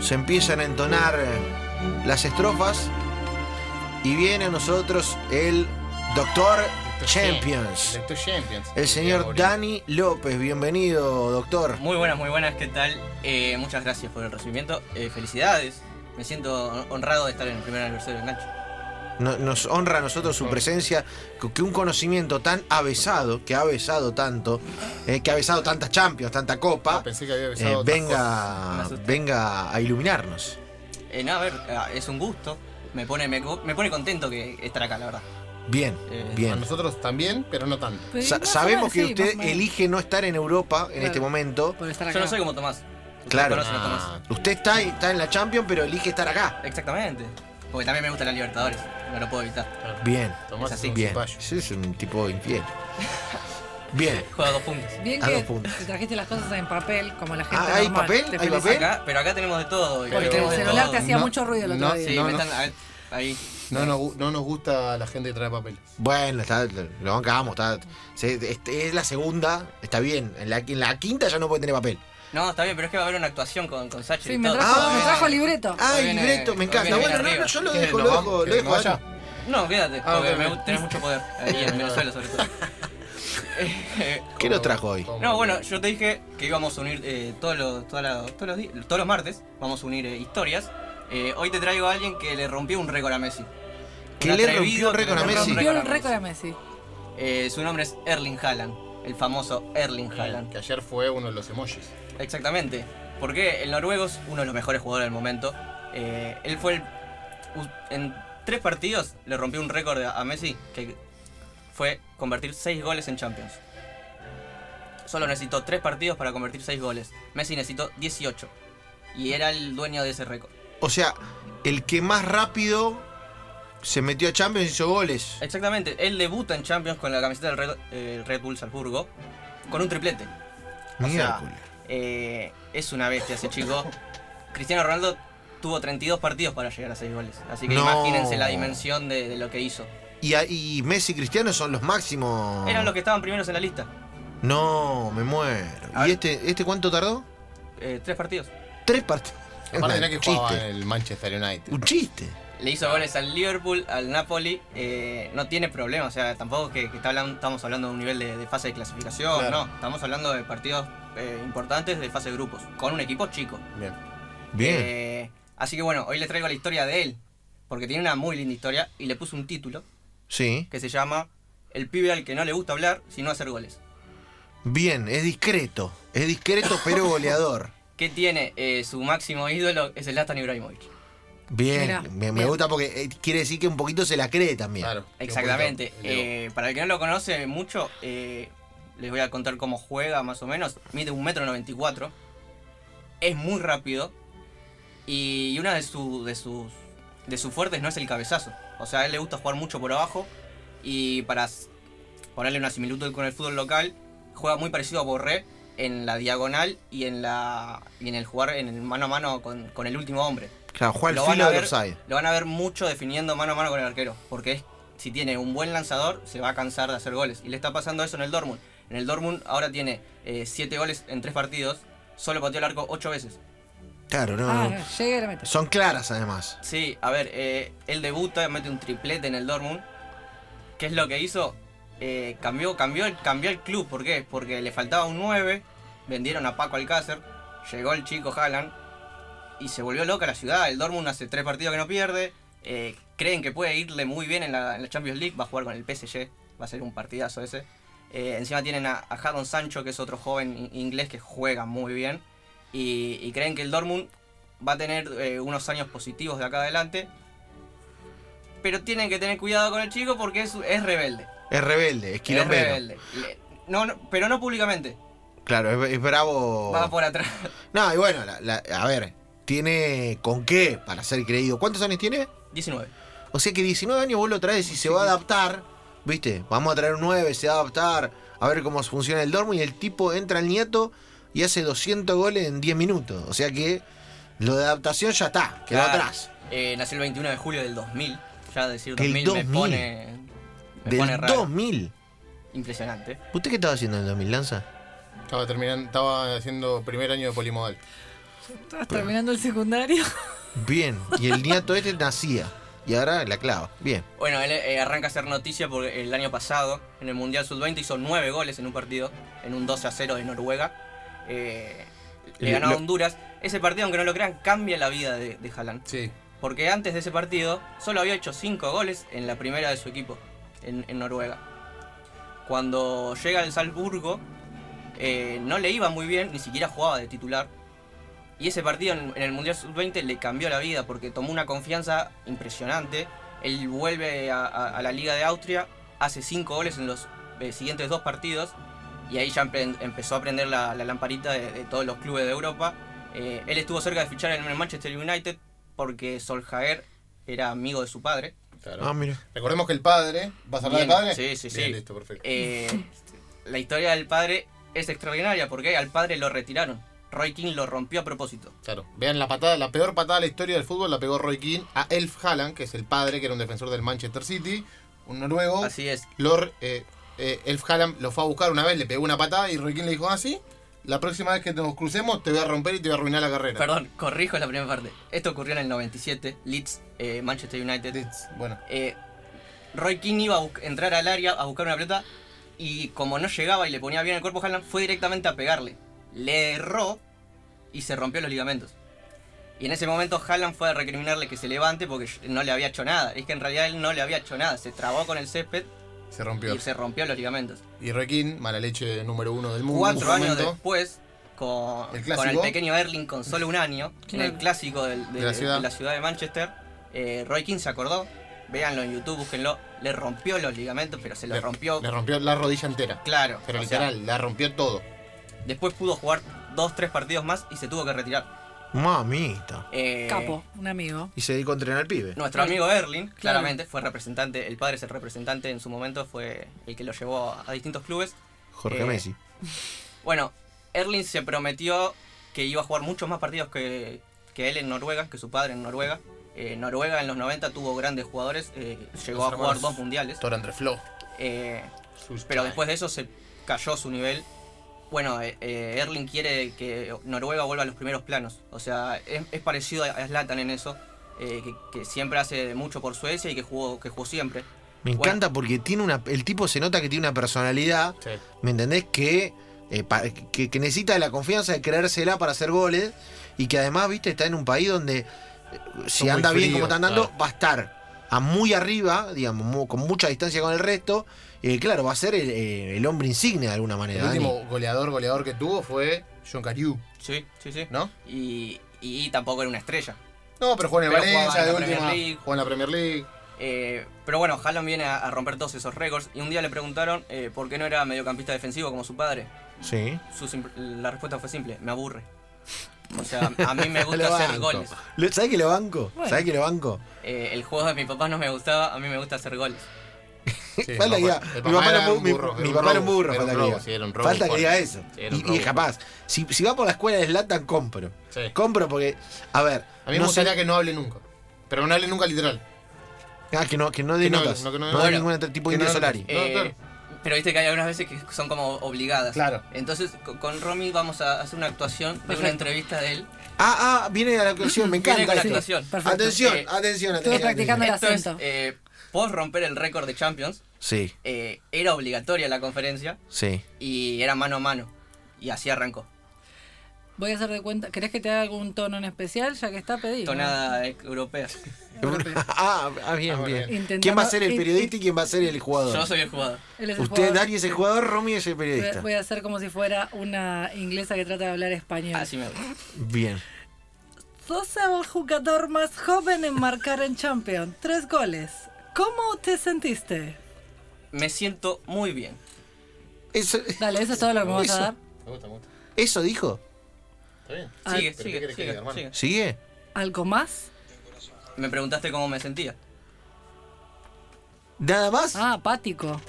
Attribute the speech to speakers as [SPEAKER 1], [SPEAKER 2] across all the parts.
[SPEAKER 1] se empiezan a entonar eh, las estrofas y viene a nosotros el Doctor Champions,
[SPEAKER 2] Doctor Champions.
[SPEAKER 1] el señor
[SPEAKER 2] Diablo.
[SPEAKER 1] Dani López. Bienvenido, doctor.
[SPEAKER 3] Muy buenas, muy buenas, ¿qué tal? Eh, muchas gracias por el recibimiento. Eh, felicidades. Me siento honrado de estar en el primer aniversario de Nacho.
[SPEAKER 1] No- Nos honra a nosotros su presencia, que- que un conocimiento tan avesado, que ha avesado tanto, eh, que ha avesado tantas Champions, tanta
[SPEAKER 2] Ah,
[SPEAKER 1] Copa,
[SPEAKER 2] pensé que había besado
[SPEAKER 1] eh,
[SPEAKER 2] otras cosas.
[SPEAKER 3] Me
[SPEAKER 1] venga,
[SPEAKER 3] asusté.
[SPEAKER 1] venga a iluminarnos.
[SPEAKER 3] Eh, no, a ver, ah, es un gusto. Me pone, me, me pone contento que estar acá, la verdad.
[SPEAKER 1] Bien,
[SPEAKER 3] Eh,
[SPEAKER 2] A
[SPEAKER 1] bien.
[SPEAKER 2] nosotros también, pero no tanto.
[SPEAKER 4] Pero
[SPEAKER 1] Sa-
[SPEAKER 4] más o
[SPEAKER 1] sabemos
[SPEAKER 4] menos,
[SPEAKER 1] que
[SPEAKER 4] sí, más
[SPEAKER 1] usted
[SPEAKER 4] o menos.
[SPEAKER 1] elige no estar en Europa en
[SPEAKER 4] Claro.
[SPEAKER 1] este momento.
[SPEAKER 4] Por estar
[SPEAKER 3] Yo
[SPEAKER 4] acá. Ah.
[SPEAKER 3] no soy como Tomás.
[SPEAKER 1] Claro.
[SPEAKER 3] Conoce a Tomás.
[SPEAKER 1] Usted está, está en la Champions, pero elige estar acá.
[SPEAKER 3] Exactamente. Porque también me gusta la Libertadores. No lo puedo evitar.
[SPEAKER 2] claro.
[SPEAKER 1] Bien,
[SPEAKER 2] Tomás
[SPEAKER 3] Es
[SPEAKER 2] es
[SPEAKER 3] así.
[SPEAKER 2] un
[SPEAKER 1] bien.
[SPEAKER 2] cipallo.
[SPEAKER 1] Ese es un tipo infiel. Bien.
[SPEAKER 3] Juega dos puntos.
[SPEAKER 4] Bien
[SPEAKER 1] A
[SPEAKER 4] que
[SPEAKER 1] dos puntos.
[SPEAKER 4] te trajiste las cosas en papel, como la gente
[SPEAKER 1] Ah, ¿hay
[SPEAKER 4] normal.
[SPEAKER 1] papel?
[SPEAKER 4] Te
[SPEAKER 1] ¿Hay
[SPEAKER 4] felicito.
[SPEAKER 1] papel?
[SPEAKER 3] Acá, pero acá tenemos de todo. y
[SPEAKER 2] Porque
[SPEAKER 3] tenemos
[SPEAKER 2] el
[SPEAKER 3] de
[SPEAKER 4] celular
[SPEAKER 3] todo.
[SPEAKER 4] te hacía mucho ruido el otro
[SPEAKER 2] no,
[SPEAKER 4] día.
[SPEAKER 3] Sí,
[SPEAKER 2] no,
[SPEAKER 3] me
[SPEAKER 2] no.
[SPEAKER 3] están- a ver, ahí.
[SPEAKER 2] No, no, no nos gusta la gente que trae papel.
[SPEAKER 1] Bueno, está, lo bancamos. Está, se- este, es la segunda, está bien. En la, en la quinta ya no puede tener papel.
[SPEAKER 3] No, está bien, pero es que va a haber una actuación con, con Sachi.
[SPEAKER 4] Sí,
[SPEAKER 3] y
[SPEAKER 4] me
[SPEAKER 3] todo.
[SPEAKER 4] trajo,
[SPEAKER 1] Ah.
[SPEAKER 4] me trajo libreto.
[SPEAKER 1] Ah, el
[SPEAKER 3] viene-
[SPEAKER 1] libreto, me
[SPEAKER 3] hoy
[SPEAKER 1] encanta.
[SPEAKER 3] viene
[SPEAKER 1] Bueno, no,
[SPEAKER 3] arriba.
[SPEAKER 1] no, yo lo
[SPEAKER 2] ¿Quieren
[SPEAKER 1] dejo,
[SPEAKER 2] que
[SPEAKER 1] lo
[SPEAKER 2] nos
[SPEAKER 1] dejo,
[SPEAKER 2] vamos?
[SPEAKER 1] lo
[SPEAKER 2] ¿Quieren que
[SPEAKER 1] dejo.
[SPEAKER 2] nos
[SPEAKER 1] Dani.
[SPEAKER 2] vaya?
[SPEAKER 3] No, quédate,
[SPEAKER 2] Ah,
[SPEAKER 3] porque
[SPEAKER 2] ok,
[SPEAKER 3] me,
[SPEAKER 2] ok.
[SPEAKER 3] tenés mucho poder. Ahí en Venezuela, sobre todo. Eh,
[SPEAKER 1] ¿Qué
[SPEAKER 2] Oh.
[SPEAKER 1] nos trajo hoy?
[SPEAKER 2] Como-
[SPEAKER 3] no, bueno, yo te dije que íbamos a unir eh, todos, los, todas las- todos, los, di- todos los martes, vamos a unir eh, historias. Eh, hoy te traigo a alguien que le rompió un récord a Messi.
[SPEAKER 1] ¿Que
[SPEAKER 3] Un
[SPEAKER 1] le rompió
[SPEAKER 3] atrevido
[SPEAKER 1] un
[SPEAKER 3] que
[SPEAKER 1] récord a
[SPEAKER 3] le
[SPEAKER 1] Messi?
[SPEAKER 4] Rompió el récord a Messi.
[SPEAKER 3] Eh, su nombre es Erling Haaland, el famoso Erling
[SPEAKER 2] Que
[SPEAKER 3] Haaland.
[SPEAKER 2] ayer fue uno de los emojis.
[SPEAKER 3] Exactamente, porque el noruego es uno de los mejores jugadores del momento. Eh, él fue el... u- En tres partidos le rompió un récord a a Messi, que fue convertir seis goles en Champions. Solo necesitó tres partidos para convertir seis goles. Messi necesitó 18. Y era el dueño de ese récord.
[SPEAKER 1] O sea, el que más rápido se metió a Champions y hizo goles.
[SPEAKER 3] Exactamente, él debuta en Champions con la camiseta del Red, eh, Red Bull Salzburgo, con un triplete. o sea,
[SPEAKER 1] Miércoles.
[SPEAKER 3] Eh, es una bestia ese chico. Cristiano Ronaldo tuvo 32 partidos para llegar a 6 goles. Así que
[SPEAKER 1] No.
[SPEAKER 3] imagínense la dimensión de, de lo que hizo.
[SPEAKER 1] Y, a- y Messi y Cristiano son los máximos.
[SPEAKER 3] Eran los que estaban primeros en la lista.
[SPEAKER 1] No, me muero.
[SPEAKER 3] A
[SPEAKER 1] ¿Y
[SPEAKER 3] ver.
[SPEAKER 1] este, este cuánto tardó?
[SPEAKER 3] Eh, tres partidos.
[SPEAKER 1] Tres partidos.
[SPEAKER 2] Aparte tenía que
[SPEAKER 1] Un
[SPEAKER 2] jugaba en
[SPEAKER 3] eh.
[SPEAKER 1] chiste.
[SPEAKER 2] el Manchester United.
[SPEAKER 1] Un chiste.
[SPEAKER 3] Le hizo goles al Liverpool, al Napoli. eh, no tiene problema. O sea, tampoco que, que está hablando- estamos hablando de un nivel de, de fase de clasificación.
[SPEAKER 2] Claro.
[SPEAKER 3] No, estamos hablando de partidos eh, importantes de fase de grupos. Con un equipo chico.
[SPEAKER 2] Bien.
[SPEAKER 1] Bien.
[SPEAKER 3] Eh, así que bueno, hoy les traigo la historia de él. Porque tiene una muy linda historia y le puse un título.
[SPEAKER 1] Sí.
[SPEAKER 3] que se llama El pibe al que no le gusta hablar, sino hacer goles.
[SPEAKER 1] Bien, es discreto. Es discreto pero goleador.
[SPEAKER 3] Que tiene eh, su máximo ídolo, es el Latan Ibrahimovic.
[SPEAKER 1] Bien,
[SPEAKER 4] Mirá,
[SPEAKER 1] me, me
[SPEAKER 4] bien.
[SPEAKER 1] gusta porque eh, quiere decir que un poquito se la cree también.
[SPEAKER 2] Claro.
[SPEAKER 3] Exactamente.
[SPEAKER 2] El ego.
[SPEAKER 3] Eh, para el que no lo conoce mucho, eh, les voy a contar cómo juega más o menos. Mide 1,94 m. Es muy rápido. Y una de, su- de sus, de sus fuertes no es el cabezazo. O sea, a él le gusta jugar mucho por abajo. Y para s- ponerle una similitud con el fútbol local, juega muy parecido a Borré en la diagonal y en, la, y en el jugar en el mano a mano con- con el último hombre
[SPEAKER 1] Claro, juega
[SPEAKER 3] lo
[SPEAKER 1] al
[SPEAKER 3] van, a
[SPEAKER 1] filo
[SPEAKER 3] ver,
[SPEAKER 1] del offside.
[SPEAKER 3] lo van a ver mucho definiendo mano a mano con el arquero. Porque es- si tiene un buen lanzador, se va a cansar de hacer goles. Y le está pasando eso en el Dortmund. En el Dortmund ahora tiene 7 goles en 3 partidos. Solo pateó el arco 8 veces.
[SPEAKER 1] Claro, no,
[SPEAKER 4] Ah,
[SPEAKER 1] no.
[SPEAKER 4] no, llegué a la meta.
[SPEAKER 1] Son claras además.
[SPEAKER 3] Sí, a ver, eh, él debuta, mete un triplete en el Dortmund. ¿Qué es lo que hizo? Eh, cambió, cambió, el, cambió el club. ¿Por qué? Porque le faltaba un 9. Vendieron a Paco Alcácer. Llegó el chico Haaland. Y se volvió loca la ciudad. El Dortmund hace tres partidos que no pierde. eh, creen que puede irle muy bien en la, en la Champions League. Va a jugar con el PSG. Va a ser un partidazo ese. Eh, encima tienen a, a Jadon Sancho, que es otro joven in- inglés que juega muy bien. Y, y creen que el Dortmund va a tener eh, unos años positivos de acá adelante. Pero tienen que tener cuidado con el chico porque es, es rebelde.
[SPEAKER 1] Es rebelde, es
[SPEAKER 3] Es
[SPEAKER 1] quilombero.
[SPEAKER 3] rebelde. Le- no, no, pero no públicamente.
[SPEAKER 1] Claro, es, es bravo.
[SPEAKER 3] Va por atrás.
[SPEAKER 1] No, y bueno, la- la- a ver, tiene con qué para ser creído. ¿Cuántos años tiene?
[SPEAKER 3] 19.
[SPEAKER 1] O sea que 19 años vos lo traes y se va a adaptar, ¿viste? Vamos a traer un 9, se va a adaptar, a ver cómo funciona el dormo y el tipo entra al nieto y hace 200 goles en 10 minutos. O sea que lo de adaptación ya está, quedó
[SPEAKER 3] Claro.
[SPEAKER 1] atrás.
[SPEAKER 3] Eh, nació el 21 de julio del 2000. Ya decir
[SPEAKER 1] Del
[SPEAKER 3] 2000,
[SPEAKER 1] 2000.
[SPEAKER 3] me pone. Me pone
[SPEAKER 1] Del
[SPEAKER 3] raro.
[SPEAKER 1] 2000.
[SPEAKER 3] Impresionante.
[SPEAKER 1] ¿Usted qué estaba haciendo en el 2000, Lanza?
[SPEAKER 2] Estaba terminando, estaba haciendo primer año de polimodal.
[SPEAKER 4] Estabas terminando el secundario.
[SPEAKER 1] Bien. Y el nieto este nacía. Y ahora la clava. Bien.
[SPEAKER 3] Bueno, él eh, arranca a hacer noticia porque el año pasado, en el Mundial Sub-20, hizo 9 goles en un partido, en un 12 a 0 de Noruega. Eh, le
[SPEAKER 1] Y
[SPEAKER 3] ganó a
[SPEAKER 1] lo-
[SPEAKER 3] Honduras. Ese partido, aunque no lo crean, cambia la vida de, de Haaland.
[SPEAKER 2] Sí.
[SPEAKER 3] Porque antes de ese partido, solo había hecho 5 goles en la primera de su equipo, en, en Noruega. Cuando llega al Salzburgo, eh, no le iba muy bien, ni siquiera jugaba de titular. Y ese partido en, en el Mundial Sub-20 le cambió la vida porque tomó una confianza impresionante. Él vuelve a, a- a la Liga de Austria, hace 5 goles en los eh, siguientes dos partidos. Y ahí ya empe- empezó a prender la, la lamparita de, de todos los clubes de Europa. Eh, él estuvo cerca de fichar en el Manchester United porque Soljaer era amigo de su padre.
[SPEAKER 2] Claro.
[SPEAKER 1] Ah, mira.
[SPEAKER 2] Recordemos que el padre. ¿Vas a hablar
[SPEAKER 3] Bien,
[SPEAKER 2] del padre?
[SPEAKER 3] sí, sí,
[SPEAKER 2] Bien,
[SPEAKER 3] sí.
[SPEAKER 2] Listo, perfecto.
[SPEAKER 3] Eh, la historia del padre es extraordinaria porque al padre lo retiraron. Roy King lo rompió a propósito.
[SPEAKER 2] Claro. Vean la patada, la peor patada de la historia del fútbol la pegó Roy Keane a Elf Haaland, que es el padre, que era un defensor del Manchester City, un noruego.
[SPEAKER 3] Así es.
[SPEAKER 2] Lor- eh, eh, Elf Haaland lo fue a buscar una vez, le pegó una patada y Roy Keane le dijo así. la próxima vez que nos crucemos te voy a romper y te voy a arruinar la carrera.
[SPEAKER 3] Perdón, corrijo la primera parte. Esto ocurrió en el 97, Leeds, eh, Manchester United.
[SPEAKER 2] It's- Bueno,
[SPEAKER 3] Eh, Roy King iba a bus- entrar al área a buscar una pelota y como no llegaba y le ponía bien el cuerpo a Haaland, fue directamente a pegarle. Le erró y se rompió los ligamentos. Y en ese momento Haaland fue a recriminarle que se levante porque no le había hecho nada. Es que en realidad él no le había hecho nada. Se trabó con el césped
[SPEAKER 2] se rompió.
[SPEAKER 3] y se rompió los ligamentos.
[SPEAKER 2] Y Roy Keane, mala leche número uno del mundo. en su
[SPEAKER 3] Cuatro años
[SPEAKER 2] momento,
[SPEAKER 3] después, con con
[SPEAKER 2] ¿El
[SPEAKER 3] el,
[SPEAKER 2] clásico?
[SPEAKER 3] pequeño Erling con solo un año, en el
[SPEAKER 4] Claro.
[SPEAKER 3] clásico del- de,
[SPEAKER 2] De la
[SPEAKER 3] de
[SPEAKER 2] ciudad.
[SPEAKER 3] la ciudad de Manchester, eh, Roy King se acordó, véanlo en YouTube, búsquenlo, le rompió los ligamentos, pero se los
[SPEAKER 2] le,
[SPEAKER 3] rompió.
[SPEAKER 2] le rompió la rodilla entera.
[SPEAKER 3] Claro,
[SPEAKER 2] Pero
[SPEAKER 3] o sea,
[SPEAKER 2] literal, la rompió todo.
[SPEAKER 3] después pudo jugar dos, tres partidos más y se tuvo que retirar.
[SPEAKER 1] Mamita.
[SPEAKER 3] Eh,
[SPEAKER 4] Capo, un amigo.
[SPEAKER 1] Y se dedicó a entrenar al pibe.
[SPEAKER 3] Nuestro amigo Erling, claramente, fue representante, el padre es el representante en su momento, fue el que lo llevó a- a distintos clubes.
[SPEAKER 1] Jorge
[SPEAKER 3] eh,
[SPEAKER 1] Messi.
[SPEAKER 3] Bueno, Erling se prometió que iba a jugar muchos más partidos que, que él en Noruega, que su padre en Noruega. Eh, Noruega en los 90 tuvo grandes jugadores, eh, llegó
[SPEAKER 2] Los
[SPEAKER 3] a jugar
[SPEAKER 2] hermanos
[SPEAKER 3] dos mundiales,
[SPEAKER 2] Thor Andre Flo.
[SPEAKER 3] eh,
[SPEAKER 2] Sus-
[SPEAKER 3] pero después de eso se cayó su nivel. Bueno, eh, eh, Erling quiere que Noruega vuelva a los primeros planos, o sea, es, es parecido a Zlatan en eso, eh, que, que siempre hace mucho por Suecia y que jugó, que jugó siempre.
[SPEAKER 1] Me
[SPEAKER 3] bueno.
[SPEAKER 1] encanta porque tiene una. El tipo se nota que tiene una personalidad.
[SPEAKER 2] Sí.
[SPEAKER 1] ¿Me entendés? Que, eh, pa- que, que necesita de la confianza de creérsela para hacer goles. Y que además, viste, está en un país donde eh, si
[SPEAKER 2] Son
[SPEAKER 1] anda
[SPEAKER 2] muy
[SPEAKER 1] bien como está
[SPEAKER 2] fríos,
[SPEAKER 1] andando,
[SPEAKER 2] claro.
[SPEAKER 1] va a estar a muy arriba, digamos, mu- con mucha distancia con el resto. Eh, claro, va a ser el, eh, el hombre insignia de alguna
[SPEAKER 2] El
[SPEAKER 1] manera. Dani.
[SPEAKER 2] último goleador, goleador que tuvo fue John Cariu,
[SPEAKER 3] Sí, sí, sí.
[SPEAKER 2] ¿no?
[SPEAKER 3] Y, y tampoco era una estrella.
[SPEAKER 2] No, pero jugó en el
[SPEAKER 3] Pero
[SPEAKER 2] Valencia, de
[SPEAKER 3] jugaba en la
[SPEAKER 2] última.
[SPEAKER 3] Premier League.
[SPEAKER 2] Jugó en la Premier League.
[SPEAKER 3] Eh, pero bueno, Haaland viene a, a romper todos esos récords y un día le preguntaron eh, por qué no era mediocampista defensivo como su padre.
[SPEAKER 1] Sí.
[SPEAKER 3] Su simp- la respuesta fue simple, me aburre. O sea, a mí me gusta
[SPEAKER 1] Lo
[SPEAKER 3] hacer
[SPEAKER 1] banco.
[SPEAKER 3] goles.
[SPEAKER 1] Lo- ¿Sabés que lo banco?
[SPEAKER 4] Bueno.
[SPEAKER 1] ¿Sabés que lo banco?
[SPEAKER 3] Eh, el juego de mi papá no me gustaba, a mí me gusta hacer goles.
[SPEAKER 2] Sí,
[SPEAKER 1] Falta
[SPEAKER 2] el
[SPEAKER 1] que diga,
[SPEAKER 2] papá- el
[SPEAKER 1] mi papá
[SPEAKER 2] era
[SPEAKER 1] era un- mi-
[SPEAKER 2] era
[SPEAKER 1] mi papá era un
[SPEAKER 2] robo,
[SPEAKER 1] burro,
[SPEAKER 2] era
[SPEAKER 1] falta que
[SPEAKER 2] robo,
[SPEAKER 1] diga.
[SPEAKER 2] sí, era un robo,
[SPEAKER 1] Falta que
[SPEAKER 2] Juan.
[SPEAKER 1] diga eso.
[SPEAKER 2] Sí, era un
[SPEAKER 1] Y- y,
[SPEAKER 2] robo.
[SPEAKER 1] es capaz. Si, si va por la escuela de Slatan, compro.
[SPEAKER 2] Sí.
[SPEAKER 1] Compro porque, a ver.
[SPEAKER 2] A mí me
[SPEAKER 1] no sé-
[SPEAKER 2] gustaría que no hable nunca. Pero no hable nunca literal.
[SPEAKER 1] Ah, que no, que no dé
[SPEAKER 2] Que no,
[SPEAKER 1] notas.
[SPEAKER 2] no,
[SPEAKER 1] No,
[SPEAKER 2] que no dé
[SPEAKER 1] dé
[SPEAKER 2] notas.
[SPEAKER 1] ningún otro tipo de
[SPEAKER 2] Que no
[SPEAKER 1] indio
[SPEAKER 2] dé
[SPEAKER 1] Solari.
[SPEAKER 2] notas. No,
[SPEAKER 3] Eh,
[SPEAKER 2] claro.
[SPEAKER 3] Pero viste que hay algunas veces que son como obligadas.
[SPEAKER 2] Claro.
[SPEAKER 3] Entonces, co- con Romy vamos a hacer una actuación de una
[SPEAKER 4] Perfecto.
[SPEAKER 3] entrevista de él.
[SPEAKER 1] Ah, ah, viene a la actuación, me
[SPEAKER 3] Viene
[SPEAKER 1] encanta.
[SPEAKER 3] con la
[SPEAKER 1] esto.
[SPEAKER 3] actuación.
[SPEAKER 4] Perfecto.
[SPEAKER 1] Atención,
[SPEAKER 3] Eh,
[SPEAKER 1] atención,
[SPEAKER 4] estuve
[SPEAKER 1] atención.
[SPEAKER 4] practicando
[SPEAKER 1] atención.
[SPEAKER 4] la-
[SPEAKER 3] Esto es,
[SPEAKER 4] acento.
[SPEAKER 3] eh, post romper el récord de Champions,
[SPEAKER 1] Sí,
[SPEAKER 3] eh, era obligatoria la conferencia
[SPEAKER 1] sí.
[SPEAKER 3] y era mano a mano. Y así arrancó.
[SPEAKER 4] Voy a hacer de cuenta. ¿Querés que te haga algún tono en especial? Ya que está pedido.
[SPEAKER 3] Tonada europea.
[SPEAKER 1] Ah, ah, bien,
[SPEAKER 2] Ah,
[SPEAKER 1] bien.
[SPEAKER 4] Intentando-
[SPEAKER 1] ¿Quién va a ser el
[SPEAKER 4] in-
[SPEAKER 1] periodista y quién va a ser el
[SPEAKER 3] Yo
[SPEAKER 1] jugador?
[SPEAKER 3] soy el jugador.
[SPEAKER 4] Él es el
[SPEAKER 1] Usted,
[SPEAKER 4] jugador.
[SPEAKER 1] Dari, es el jugador, Romy es el
[SPEAKER 4] Voy-
[SPEAKER 1] periodista.
[SPEAKER 4] Voy a hacer como si fuera una inglesa que trata de hablar español.
[SPEAKER 3] Así me gusta.
[SPEAKER 1] Bien.
[SPEAKER 4] Sos el jugador más joven en marcar en Champions. Tres goles. ¿Cómo te sentiste?
[SPEAKER 3] Me siento muy bien.
[SPEAKER 1] Eso,
[SPEAKER 4] Dale, eso es todo lo que me vas
[SPEAKER 1] Eso.
[SPEAKER 4] a dar.
[SPEAKER 2] Me gusta, me gusta.
[SPEAKER 1] eso dijo.
[SPEAKER 2] Está bien.
[SPEAKER 4] Ah,
[SPEAKER 3] Sigue,
[SPEAKER 2] pero ¿qué
[SPEAKER 3] sigue,
[SPEAKER 2] querés que diga,
[SPEAKER 3] sigue,
[SPEAKER 2] hermano?
[SPEAKER 3] sigue.
[SPEAKER 1] ¿Sigue?
[SPEAKER 4] ¿Algo más?
[SPEAKER 3] Me preguntaste cómo me sentía.
[SPEAKER 1] ¿Nada más?
[SPEAKER 4] Ah, apático.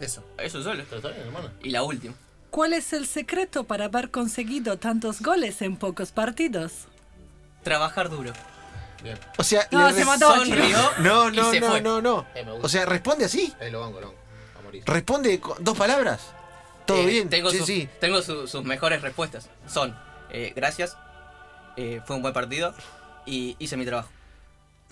[SPEAKER 2] Eso.
[SPEAKER 3] Eso solo.
[SPEAKER 2] Pero está bien, hermano.
[SPEAKER 3] Y la última.
[SPEAKER 4] ¿Cuál es el secreto para haber conseguido tantos goles en pocos partidos?
[SPEAKER 3] Trabajar duro.
[SPEAKER 2] Bien.
[SPEAKER 1] O sea,
[SPEAKER 4] No,
[SPEAKER 1] le
[SPEAKER 4] se
[SPEAKER 1] res-
[SPEAKER 4] mató. No,
[SPEAKER 3] Sonrió.
[SPEAKER 1] No,
[SPEAKER 3] y
[SPEAKER 1] no,
[SPEAKER 3] se
[SPEAKER 1] no,
[SPEAKER 3] fue.
[SPEAKER 1] no, no.
[SPEAKER 2] Eh, me gusta.
[SPEAKER 1] O sea, responde así.
[SPEAKER 2] Ahí lo banco, lo banco. A morir.
[SPEAKER 1] Responde con dos palabras. Todo
[SPEAKER 3] Eh,
[SPEAKER 1] bien.
[SPEAKER 3] Tengo,
[SPEAKER 1] sí,
[SPEAKER 3] sus-
[SPEAKER 1] sí.
[SPEAKER 3] tengo su- sus mejores respuestas. Son eh, gracias, eh, fue un buen partido y hice mi trabajo.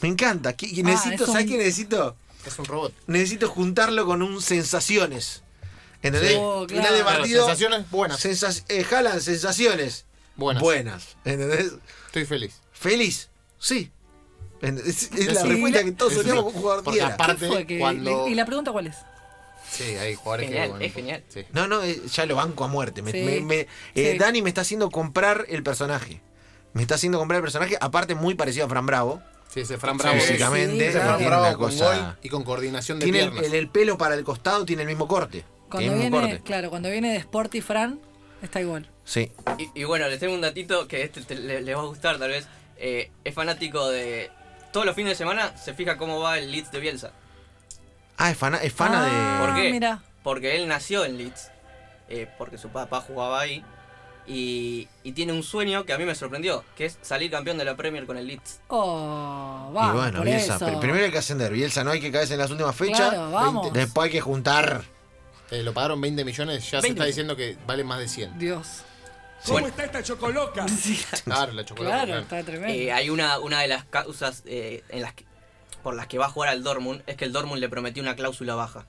[SPEAKER 1] Me encanta. ¿Qué- qué
[SPEAKER 4] Ah,
[SPEAKER 1] necesito,
[SPEAKER 4] es un-
[SPEAKER 1] ¿Sabes qué necesito?
[SPEAKER 2] Es un robot.
[SPEAKER 1] Necesito juntarlo con un sensaciones. ¿Entendés?
[SPEAKER 4] Sí. Oh,
[SPEAKER 1] Final
[SPEAKER 4] claro.
[SPEAKER 1] de
[SPEAKER 2] Bueno,
[SPEAKER 1] partido.
[SPEAKER 2] sensaciones buenas.
[SPEAKER 1] sensa- eh, jalan sensaciones
[SPEAKER 2] Buenas.
[SPEAKER 1] buenas. ¿Entendés?
[SPEAKER 2] Estoy feliz.
[SPEAKER 1] Feliz. Sí. Ent- Es, es la
[SPEAKER 4] Sí.
[SPEAKER 1] respuesta que todos
[SPEAKER 2] Eso sí.
[SPEAKER 1] soñamos con un jugador
[SPEAKER 2] Porque
[SPEAKER 1] diera.
[SPEAKER 2] aparte-
[SPEAKER 4] ¿Qué fue que-
[SPEAKER 2] cuando-
[SPEAKER 4] ¿Y la pregunta cuál es?
[SPEAKER 2] Sí, hay jugadores
[SPEAKER 3] Genial,
[SPEAKER 2] que.
[SPEAKER 3] es genial.
[SPEAKER 2] Sí.
[SPEAKER 1] No, no, eh, ya lo banco a muerte. Me-
[SPEAKER 4] Sí.
[SPEAKER 1] me- me- eh,
[SPEAKER 4] Sí.
[SPEAKER 1] Dani me está haciendo comprar el personaje. Me está haciendo comprar el personaje, aparte muy parecido a Fran Bravo.
[SPEAKER 2] Sí, ese Fran
[SPEAKER 1] Sí,
[SPEAKER 2] Bravo.
[SPEAKER 1] físicamente,
[SPEAKER 2] Ese
[SPEAKER 4] claro.
[SPEAKER 2] Fran
[SPEAKER 1] tiene una
[SPEAKER 2] Bravo con
[SPEAKER 1] cosa-
[SPEAKER 2] gol y con coordinación de
[SPEAKER 1] Tiene el,
[SPEAKER 2] piernas.
[SPEAKER 1] el- el pelo para el costado, tiene el mismo corte.
[SPEAKER 4] Cuando
[SPEAKER 1] tiene el mismo
[SPEAKER 4] viene,
[SPEAKER 1] corte.
[SPEAKER 4] claro, cuando viene de Sporty Fran, está igual.
[SPEAKER 1] Sí.
[SPEAKER 3] Y, y bueno, les tengo un datito que este te- le- les va a gustar tal vez. Eh, es fanático de... Todos los fines de semana se fija cómo va el Leeds de Bielsa.
[SPEAKER 1] Ah, es fana, es fana
[SPEAKER 4] Ah,
[SPEAKER 1] de.
[SPEAKER 3] ¿Por qué?
[SPEAKER 4] mira.
[SPEAKER 3] Porque él nació en Leeds. eh, porque su papá jugaba ahí. Y, y tiene un sueño que a mí me sorprendió, que es salir campeón de la Premier con el Leeds.
[SPEAKER 4] Oh,
[SPEAKER 1] Y
[SPEAKER 4] va,
[SPEAKER 1] bueno,
[SPEAKER 4] por
[SPEAKER 1] Bielsa.
[SPEAKER 4] eso.
[SPEAKER 1] pr- Primero hay que ascender. Bielsa no hay que caerse en las últimas fechas.
[SPEAKER 4] Claro, vamos.
[SPEAKER 1] Después hay que juntar.
[SPEAKER 2] Eh, lo pagaron 20 millones, ya se
[SPEAKER 3] 20
[SPEAKER 2] está diciendo que vale más de 100.
[SPEAKER 4] Dios.
[SPEAKER 1] Sí.
[SPEAKER 5] ¿Cómo está esta chocoloca?
[SPEAKER 2] Claro, la chocolate.
[SPEAKER 4] Claro, está tremendo.
[SPEAKER 3] Eh, hay una, una de las causas eh, en las que- por las que va a jugar al Dortmund es que el Dortmund le prometió una cláusula baja.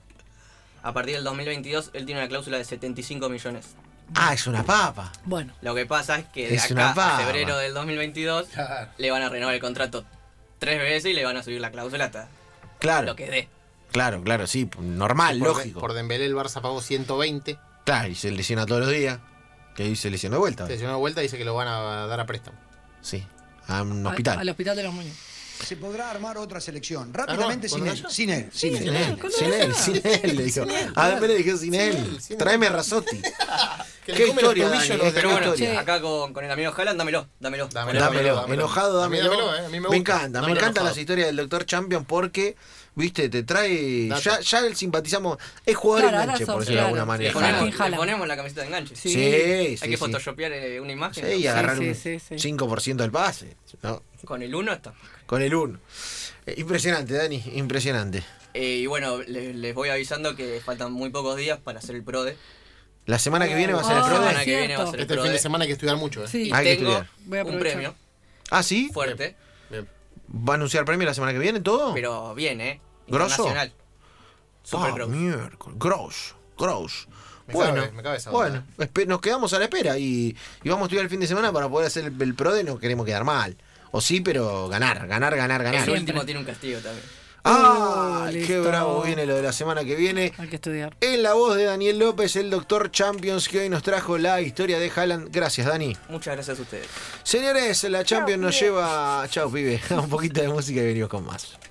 [SPEAKER 3] A partir del 2022 él tiene una cláusula de 75 millones.
[SPEAKER 1] Ah, es una papa.
[SPEAKER 4] Bueno,
[SPEAKER 3] Lo que pasa es que de
[SPEAKER 1] Es una
[SPEAKER 3] acá a
[SPEAKER 1] baba.
[SPEAKER 3] febrero del 2022
[SPEAKER 2] Claro.
[SPEAKER 3] le van a renovar el contrato tres veces y le van a subir la cláusula hasta
[SPEAKER 1] Claro,
[SPEAKER 3] lo que dé.
[SPEAKER 1] claro, claro, sí. Normal,
[SPEAKER 2] por,
[SPEAKER 1] lógico.
[SPEAKER 2] Por Dembélé el Barça pagó 120.
[SPEAKER 1] Claro, y se lesiona todos los días. Que ahí se lesiona de vuelta.
[SPEAKER 2] Se dio una vuelta y dice que lo van a dar a préstamo.
[SPEAKER 1] Sí. A un
[SPEAKER 4] a-
[SPEAKER 1] hospital.
[SPEAKER 4] al hospital de los Muños.
[SPEAKER 6] Se podrá armar otra selección. Rápidamente,
[SPEAKER 2] ¿con
[SPEAKER 6] sin él,
[SPEAKER 2] Raya?
[SPEAKER 6] sin él, sin
[SPEAKER 1] Sin
[SPEAKER 6] él.
[SPEAKER 1] él, sin él, sin él, le dijo. A ver, le dije sin él.
[SPEAKER 2] él, sin él.
[SPEAKER 1] Tráeme a Razzotti.
[SPEAKER 2] Que le
[SPEAKER 1] Qué
[SPEAKER 2] come los
[SPEAKER 1] historia,
[SPEAKER 2] tobillos este
[SPEAKER 1] Dani, eh,
[SPEAKER 2] los de
[SPEAKER 1] pero
[SPEAKER 3] Pero bueno,
[SPEAKER 1] historia.
[SPEAKER 4] che,
[SPEAKER 3] acá con, con el amigo Haaland, dámelo, dámelo.
[SPEAKER 2] Dámelo.
[SPEAKER 1] Dámelo,
[SPEAKER 2] dámelo.
[SPEAKER 1] enojado,
[SPEAKER 2] A mí
[SPEAKER 1] dámelo.
[SPEAKER 2] dámelo, eh, a mí me gusta.
[SPEAKER 1] encanta, me
[SPEAKER 2] Dámelo
[SPEAKER 1] encantan
[SPEAKER 2] enojado.
[SPEAKER 1] las historias del Doctor Champion porque, viste, te trae.
[SPEAKER 2] Data.
[SPEAKER 1] Ya, ya el simpatizamos. Es jugador
[SPEAKER 4] Claro,
[SPEAKER 1] enganche,
[SPEAKER 4] ahora
[SPEAKER 1] por
[SPEAKER 4] sos-
[SPEAKER 1] decirlo de
[SPEAKER 4] claro.
[SPEAKER 1] alguna
[SPEAKER 3] Le
[SPEAKER 1] manera.
[SPEAKER 4] Sí, Haaland.
[SPEAKER 3] ponemos, le
[SPEAKER 4] Haaland.
[SPEAKER 3] ponemos la camiseta de enganche.
[SPEAKER 1] Sí,
[SPEAKER 4] Sí.
[SPEAKER 1] sí.
[SPEAKER 3] Hay
[SPEAKER 1] sí.
[SPEAKER 3] que photoshopear eh, una imagen.
[SPEAKER 1] Sí, y
[SPEAKER 3] ¿no?
[SPEAKER 1] agarrar
[SPEAKER 4] Sí,
[SPEAKER 1] un
[SPEAKER 4] sí, sí, sí.
[SPEAKER 1] 5% del pase. ¿no?
[SPEAKER 3] Con el 1 está.
[SPEAKER 1] Con el 1. impresionante, Dani, impresionante.
[SPEAKER 3] Eh, y bueno, le- les voy avisando que faltan muy pocos días para hacer el PRODE.
[SPEAKER 1] La semana que viene va a ser
[SPEAKER 4] Ah,
[SPEAKER 1] el
[SPEAKER 3] La
[SPEAKER 4] Prode.
[SPEAKER 3] semana
[SPEAKER 1] Frode.
[SPEAKER 3] que viene va a ser el
[SPEAKER 2] Este
[SPEAKER 3] PRODE.
[SPEAKER 2] fin de semana hay que estudiar mucho, ¿eh?
[SPEAKER 4] Sí.
[SPEAKER 3] Y
[SPEAKER 1] Hay que
[SPEAKER 3] tengo
[SPEAKER 1] estudiar.
[SPEAKER 4] Voy a
[SPEAKER 3] un
[SPEAKER 4] aprovechar.
[SPEAKER 3] premio
[SPEAKER 1] Ah, sí.
[SPEAKER 3] fuerte,
[SPEAKER 2] Bien.
[SPEAKER 1] ¿Va a anunciar premio la semana que viene todo?
[SPEAKER 3] pero bien, ¿eh?
[SPEAKER 1] ¿Grosso?
[SPEAKER 3] Internacional. Super
[SPEAKER 1] Ah,
[SPEAKER 3] gross.
[SPEAKER 1] miércoles. Gross, gross.
[SPEAKER 2] Me
[SPEAKER 1] Bueno,
[SPEAKER 2] cabe- me cabe esa onda,
[SPEAKER 1] bueno espe- nos quedamos a la espera y, y vamos a estudiar el fin de semana para poder hacer el, el PRODE. No queremos quedar mal. O sí, pero ganar, ganar, ganar,
[SPEAKER 3] El
[SPEAKER 1] ganar.
[SPEAKER 3] último tiene un castigo también.
[SPEAKER 1] ¡Ah!
[SPEAKER 4] Uh,
[SPEAKER 1] ¡Qué
[SPEAKER 4] listo.
[SPEAKER 1] bravo viene lo de la semana que viene!
[SPEAKER 4] Hay que estudiar.
[SPEAKER 1] En la voz de Daniel López, el doctor Champions, que hoy nos trajo la historia de Haaland. Gracias, Dani.
[SPEAKER 3] Muchas gracias a ustedes.
[SPEAKER 1] Señores, la Champions nos lleva. Chao, pibe. Un poquito de música y venimos con más.